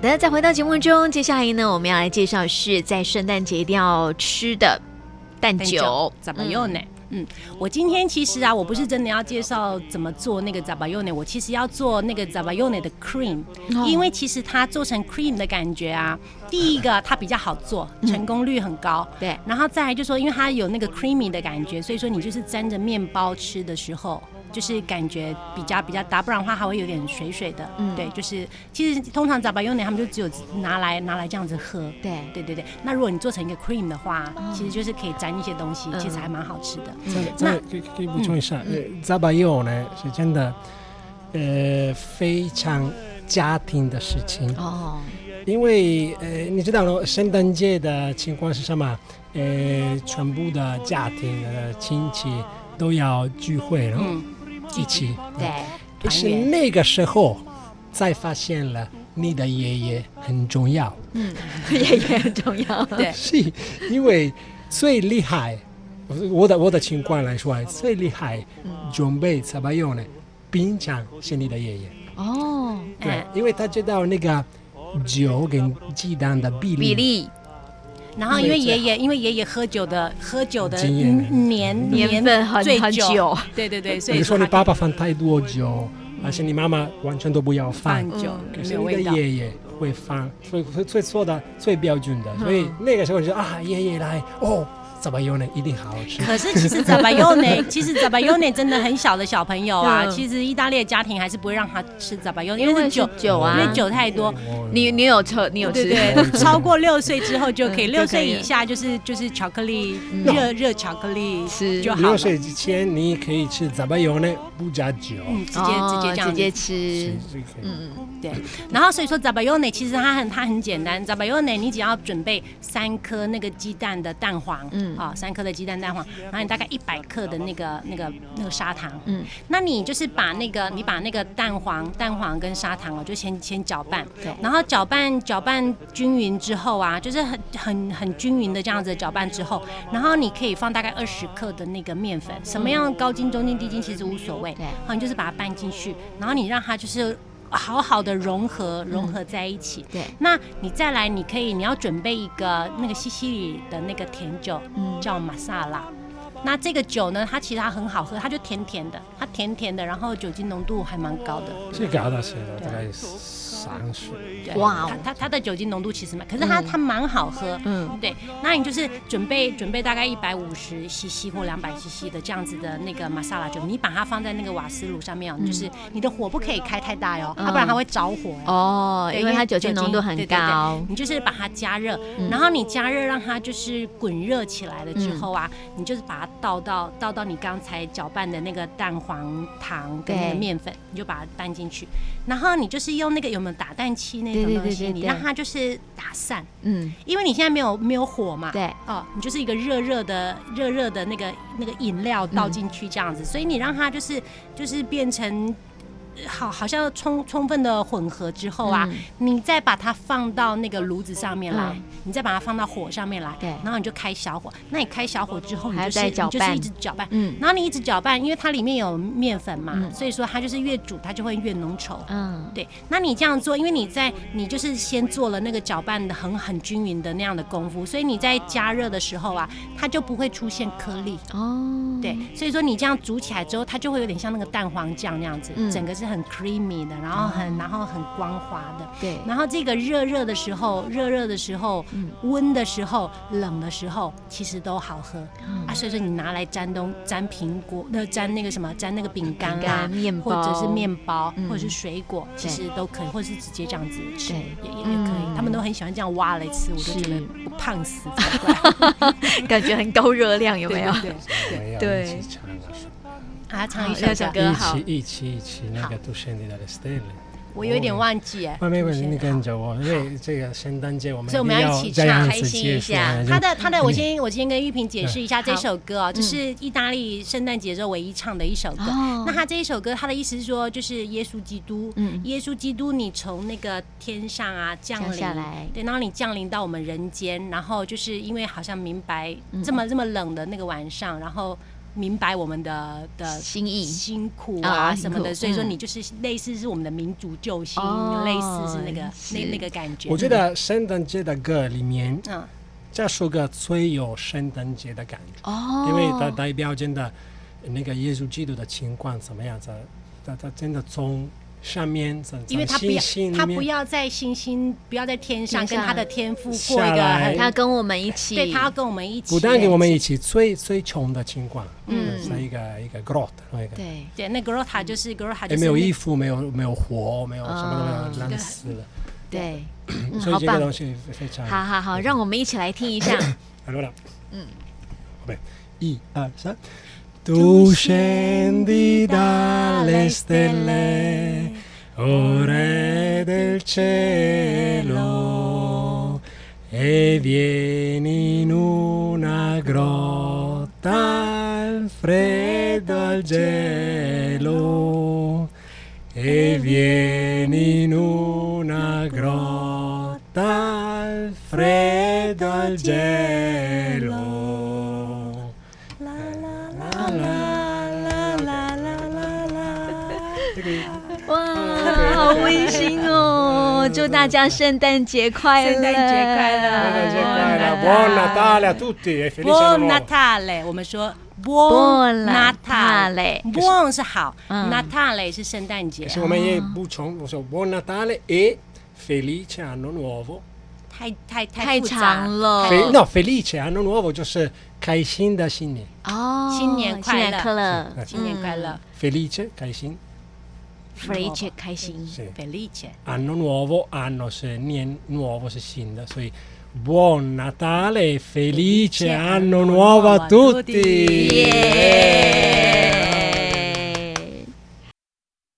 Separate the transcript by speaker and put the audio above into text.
Speaker 1: 的，再回到节目中，接下来呢，我们要来介绍是在圣诞节一定要吃的蛋
Speaker 2: 蛋
Speaker 1: 酒，
Speaker 2: 怎么用呢？嗯，我今天其实啊，我不是真的要介绍怎么做那个 z a b a y o n e 我其实要做那个 z a b a y o n e 的 cream，、
Speaker 1: 哦
Speaker 2: 因为其实它做成 cream 的感觉啊，第一个它比较好做，成功率很高，
Speaker 1: 对
Speaker 2: 然后再来就说，因为它有那个 creamy 的感觉，所以说你就是沾着面包吃的时候，就是感觉比较比较搭，不然的话还会有点水水的。
Speaker 1: 嗯
Speaker 2: 对，就是其实通常早白优奶他们就只有拿来拿来这样子喝。
Speaker 1: 对
Speaker 2: 对对对，那如果你做成一个 cream 的话，其实就是可以沾一些东西，
Speaker 1: 哦嗯
Speaker 2: 其实还蛮好吃的。
Speaker 3: 这这可以可以
Speaker 2: 嗯
Speaker 3: 补充一下，呃，扎巴柚呢是真的，呃，非常家庭的事情，
Speaker 1: 哦，
Speaker 3: 因为呃，你知道咯圣诞节的情况是什么？呃，全部的家庭呃亲戚都要聚会，然后
Speaker 2: 嗯，
Speaker 3: 一起。
Speaker 1: 对，
Speaker 3: 但是
Speaker 2: 团圆
Speaker 3: 那个时候才发现了你的爷爷很重要，
Speaker 1: 嗯，也 也很重要，
Speaker 2: 对
Speaker 3: 是因为最厉害，我我的我的情况来说，最厉害准备怎么用呢？平常是你的爷爷，
Speaker 1: 哦，
Speaker 3: 对
Speaker 2: 哎，
Speaker 3: 因为他知道那个酒跟鸡蛋的比
Speaker 1: 比
Speaker 3: 例。
Speaker 1: 例
Speaker 2: 然后因为爷爷，因为爷爷喝酒的喝酒的嗯
Speaker 3: 经验
Speaker 2: 年
Speaker 1: 年份很
Speaker 2: 最
Speaker 1: 很久，
Speaker 2: 对对对，所
Speaker 3: 比
Speaker 2: 以
Speaker 3: 如说你
Speaker 2: 他
Speaker 3: 爸爸放太多酒，而且你妈妈完全都不要放
Speaker 2: 放，酒
Speaker 1: 嗯
Speaker 3: 可
Speaker 2: 没
Speaker 3: 是
Speaker 2: 有
Speaker 3: 你的
Speaker 2: 味道。
Speaker 3: 爷爷会放，会会会做的最标准的，所以
Speaker 1: 嗯
Speaker 3: 那个时候你就啊，爷爷来哦，怎么有呢？一定好好吃。
Speaker 2: 可是其实 z a b a y o n 其实 z a b a y o n 真的很小的小朋友啊，
Speaker 1: 嗯
Speaker 2: 其实意大利的家庭还是不会让他吃 z a b a y o n 因为是酒
Speaker 1: 是，酒啊，
Speaker 2: 因为酒太多。
Speaker 3: 哦
Speaker 1: 你你有车，你有
Speaker 2: 对
Speaker 1: 吃，
Speaker 2: 对，超过六岁之后就可以，
Speaker 1: 嗯
Speaker 2: 六岁以下就是就是巧克力
Speaker 1: 嗯
Speaker 2: 热热巧克力
Speaker 1: 吃
Speaker 2: 就好
Speaker 3: 六
Speaker 2: 了，
Speaker 3: 岁之前你可以吃怎么有呢？不加酒，
Speaker 2: 嗯，直接
Speaker 1: 哦
Speaker 2: 直接这样
Speaker 1: 直
Speaker 2: 子
Speaker 1: 接吃，嗯
Speaker 2: 对，然后所以说 z a b a y o n 其实它很它很简单 z a b a y o n 你只要准备三颗那个鸡蛋的蛋黄，
Speaker 1: 嗯
Speaker 2: 嗯，啊、三颗的鸡蛋蛋黄，然后你大概一百克的那个那个那个砂糖，
Speaker 1: 嗯
Speaker 2: 嗯，那你就是把那个你把那个蛋黄蛋黄跟砂糖哦，就先先搅拌，
Speaker 1: 对
Speaker 2: 然后搅拌搅拌均匀之后啊，就是很很很均匀的这样子搅拌之后，然后你可以放大概二十克的那个面粉，什么
Speaker 1: 嗯
Speaker 2: 样高筋、中筋、低筋其实无所谓，
Speaker 1: 对
Speaker 2: 然后你就是把它拌进去，然后你让它就是好好的融合融合在一起。
Speaker 1: 对
Speaker 2: 那你再来，你可以你要准备一个那个西西里的那个甜酒，
Speaker 1: 嗯
Speaker 2: 叫马萨拉。那这个酒呢，它其实它很好喝，它就甜甜的，它甜甜的，然后酒精浓度还蛮高的。
Speaker 3: 最高的时候大概三十，
Speaker 2: 对
Speaker 1: 哇哦
Speaker 2: 它它它的酒精浓度其实蛮，可是它、
Speaker 1: 嗯
Speaker 2: 它蛮好喝。
Speaker 1: 嗯
Speaker 2: 对，那你就是准备准备大概一百五十 CC 或两百 CC 的这样子的那个玛莎拉酒，你把它放在那个瓦斯炉上面哦，就是你的火不可以开太大哟，啊
Speaker 1: 嗯
Speaker 2: 要、不然它会着火。
Speaker 1: 嗯，哦，
Speaker 2: 对
Speaker 1: 因为它酒精浓度很
Speaker 2: 对对对
Speaker 1: 高，
Speaker 2: 你就是把它加热，
Speaker 1: 嗯
Speaker 2: 然后你加热让它就是滚热起来了
Speaker 1: 嗯
Speaker 2: 之后啊，你就是把它倒到倒到你刚才搅拌的那个蛋黄糖跟那个
Speaker 1: 对
Speaker 2: 面粉，你就把它拌进去，然后你就是用那个有没有打蛋器那
Speaker 1: 对
Speaker 2: 种
Speaker 1: 对
Speaker 2: 东
Speaker 1: 对
Speaker 2: 西，
Speaker 1: 对
Speaker 2: 你
Speaker 1: 对
Speaker 2: 让它就是打散，
Speaker 1: 嗯，
Speaker 2: 因为你现在没有没有火嘛，
Speaker 1: 对，
Speaker 2: 哦，你就是一个热热的、热热的那个那个饮料倒进去
Speaker 1: 嗯
Speaker 2: 这样子，所以你让它就是就是变成呃好，好像充充分的混合之后啊，
Speaker 1: 嗯
Speaker 2: 你再把它放到那个炉子上面来，
Speaker 1: 嗯
Speaker 2: 你再把它放到火上面来，
Speaker 1: 对
Speaker 2: 然后你就开小火。那你开小火之后，你
Speaker 1: 还要
Speaker 2: 就是
Speaker 1: 再
Speaker 2: 你
Speaker 1: 搅
Speaker 2: 就是
Speaker 1: 拌
Speaker 2: 一直搅拌，
Speaker 1: 嗯
Speaker 2: 然后你一直搅拌，因为它里面有面粉嘛，
Speaker 1: 嗯
Speaker 2: 所以说它就是越煮它就会越浓稠。
Speaker 1: 嗯，
Speaker 2: 对，那你这样做，因为你在你就是先做了那个搅拌的很很均匀的那样的功夫，所以你在加热的时候啊，它就不会出现颗粒。
Speaker 1: 哦，
Speaker 2: 对，所以说你这样煮起来之后，它就会有点像那个蛋黄酱那样子，
Speaker 1: 嗯
Speaker 2: 整个是很 creamy 的，然后很然后很光滑的。
Speaker 1: 对，嗯
Speaker 2: 然后这个热热的时候，热热的时候，温的时候，冷的时候，其实都好喝、
Speaker 1: 嗯
Speaker 2: 啊。所以说你拿来沾东沾苹果，那、沾那个什么，沾那个饼干啊
Speaker 1: 饼
Speaker 2: 啦
Speaker 1: 干，面
Speaker 2: 或者是
Speaker 1: 嗯包
Speaker 2: 面包，
Speaker 1: 嗯
Speaker 2: 或者是水果，其实都可以，或者是直接这样子吃
Speaker 1: 对
Speaker 2: 也也也
Speaker 1: 嗯
Speaker 2: 可以、他们都很喜欢这样挖来吃，我
Speaker 1: 是
Speaker 2: 就觉得不胖死才 怪。
Speaker 1: 感觉很高热量，有没 有？
Speaker 2: 对对对
Speaker 3: 没有
Speaker 1: 对
Speaker 3: 一起唱啊
Speaker 2: 啊，唱一
Speaker 1: 好
Speaker 2: 首
Speaker 1: 那
Speaker 2: 歌
Speaker 1: 首，歌好
Speaker 3: 一起一起一起那个都是你的 style。
Speaker 2: 我有一点忘记哎。
Speaker 3: 外面
Speaker 2: 出现
Speaker 3: 你
Speaker 2: 了
Speaker 3: 跟着我，因为这个圣诞节我们
Speaker 2: 所以我们要一起
Speaker 3: 这样
Speaker 2: 唱
Speaker 3: 子
Speaker 1: 开心一
Speaker 3: 结束
Speaker 1: 下
Speaker 3: 啊就
Speaker 2: 他的他的，我先我先跟玉萍解释一下
Speaker 1: 对
Speaker 2: 这首歌哦，这是意大利圣诞节时候唯一唱的一首歌。
Speaker 1: 嗯哦
Speaker 2: 那他这一首歌，他的意思是说，就是耶稣基督，
Speaker 1: 嗯
Speaker 2: 耶稣基督，你从那个天上啊降临
Speaker 1: 降下来
Speaker 2: 对，然后你降临到我
Speaker 1: 嗯
Speaker 2: 们人间，然后就是因为好像明白这么这么冷的那个晚上，然后明白我们的的
Speaker 1: 心意
Speaker 2: 辛苦
Speaker 1: 啊
Speaker 2: 啊
Speaker 1: 辛
Speaker 2: 什
Speaker 1: 苦
Speaker 2: 么的，所以说
Speaker 1: 嗯
Speaker 2: 你就是类似是我们的民族救星，
Speaker 1: 哦
Speaker 2: 类似是那个
Speaker 1: 是
Speaker 2: 那那个感觉。
Speaker 3: 我觉得圣诞节的歌里面，
Speaker 2: 嗯，
Speaker 3: 这首歌最有圣诞节的感觉，
Speaker 1: 哦，
Speaker 3: 因为它代表真的那个耶稣基督的情况怎么样子，它它真的从上面从
Speaker 2: 因为
Speaker 3: 从
Speaker 2: 他不
Speaker 3: 星
Speaker 2: 要
Speaker 3: 星
Speaker 2: 他
Speaker 3: 里
Speaker 2: 不
Speaker 3: 面
Speaker 2: 要在星星，不要在天上
Speaker 1: 天
Speaker 2: 跟
Speaker 1: 上
Speaker 2: 他的天赋
Speaker 3: 下
Speaker 2: 过一个
Speaker 3: 来
Speaker 2: 很，
Speaker 1: 他跟我们一起，
Speaker 2: 对他要跟我们一起，
Speaker 3: 不但给我们一起最最穷的情况，
Speaker 1: 嗯
Speaker 3: 是一个一个 grot 那个，
Speaker 1: 对
Speaker 2: 对那 g r o t a 就是 g r o t a 就
Speaker 3: 也
Speaker 2: 是哦
Speaker 3: 哎没有
Speaker 2: 那
Speaker 3: 衣服，没有没有火，没有什么
Speaker 1: 嗯
Speaker 3: 都没有，烂死了，
Speaker 1: 对，嗯
Speaker 3: 所以
Speaker 1: 好
Speaker 3: 这个
Speaker 1: 棒
Speaker 3: 东，西非常
Speaker 1: 好好好，让我们一起来听一 下。
Speaker 3: Allora. Mm. Vabbè. I, A, sa. Tu scendi dalle stelle, o re del cielo, e vieni in una grotta al freddo al gelo. E vieni in una grotta al freddo al gelo. La la la la la la la.
Speaker 1: 哇，好温馨哦！祝大家圣诞节快乐！
Speaker 2: 圣诞节快乐
Speaker 3: Buon Natale a tutti e felice anno
Speaker 2: Buon
Speaker 3: nuovo.
Speaker 2: Natale，我们说
Speaker 1: Buon Natale
Speaker 2: Natale，Buon 是好
Speaker 1: 嗯
Speaker 2: ，Natale 是圣诞节，啊
Speaker 3: Secondo me è buccion, non so, buon Natale e felice anno nuovo.
Speaker 2: 太太
Speaker 1: 太
Speaker 2: 太复杂
Speaker 1: 长
Speaker 2: Oh.
Speaker 1: 了
Speaker 3: Fe- no, felice anno nuovo, cioè Kaishin da Shinni.
Speaker 1: 哦，
Speaker 2: 新年快
Speaker 1: 新
Speaker 2: 乐
Speaker 1: 年快乐，
Speaker 2: 新年快乐
Speaker 3: Felice, Kaishin,
Speaker 1: ，Free 开心，
Speaker 3: sì.
Speaker 2: ，Felice。
Speaker 3: anno nuovo, anno se nien nuovo se scinda. Quindi, buon Natale e felice, anno, nuovo a tutti!
Speaker 1: 耶！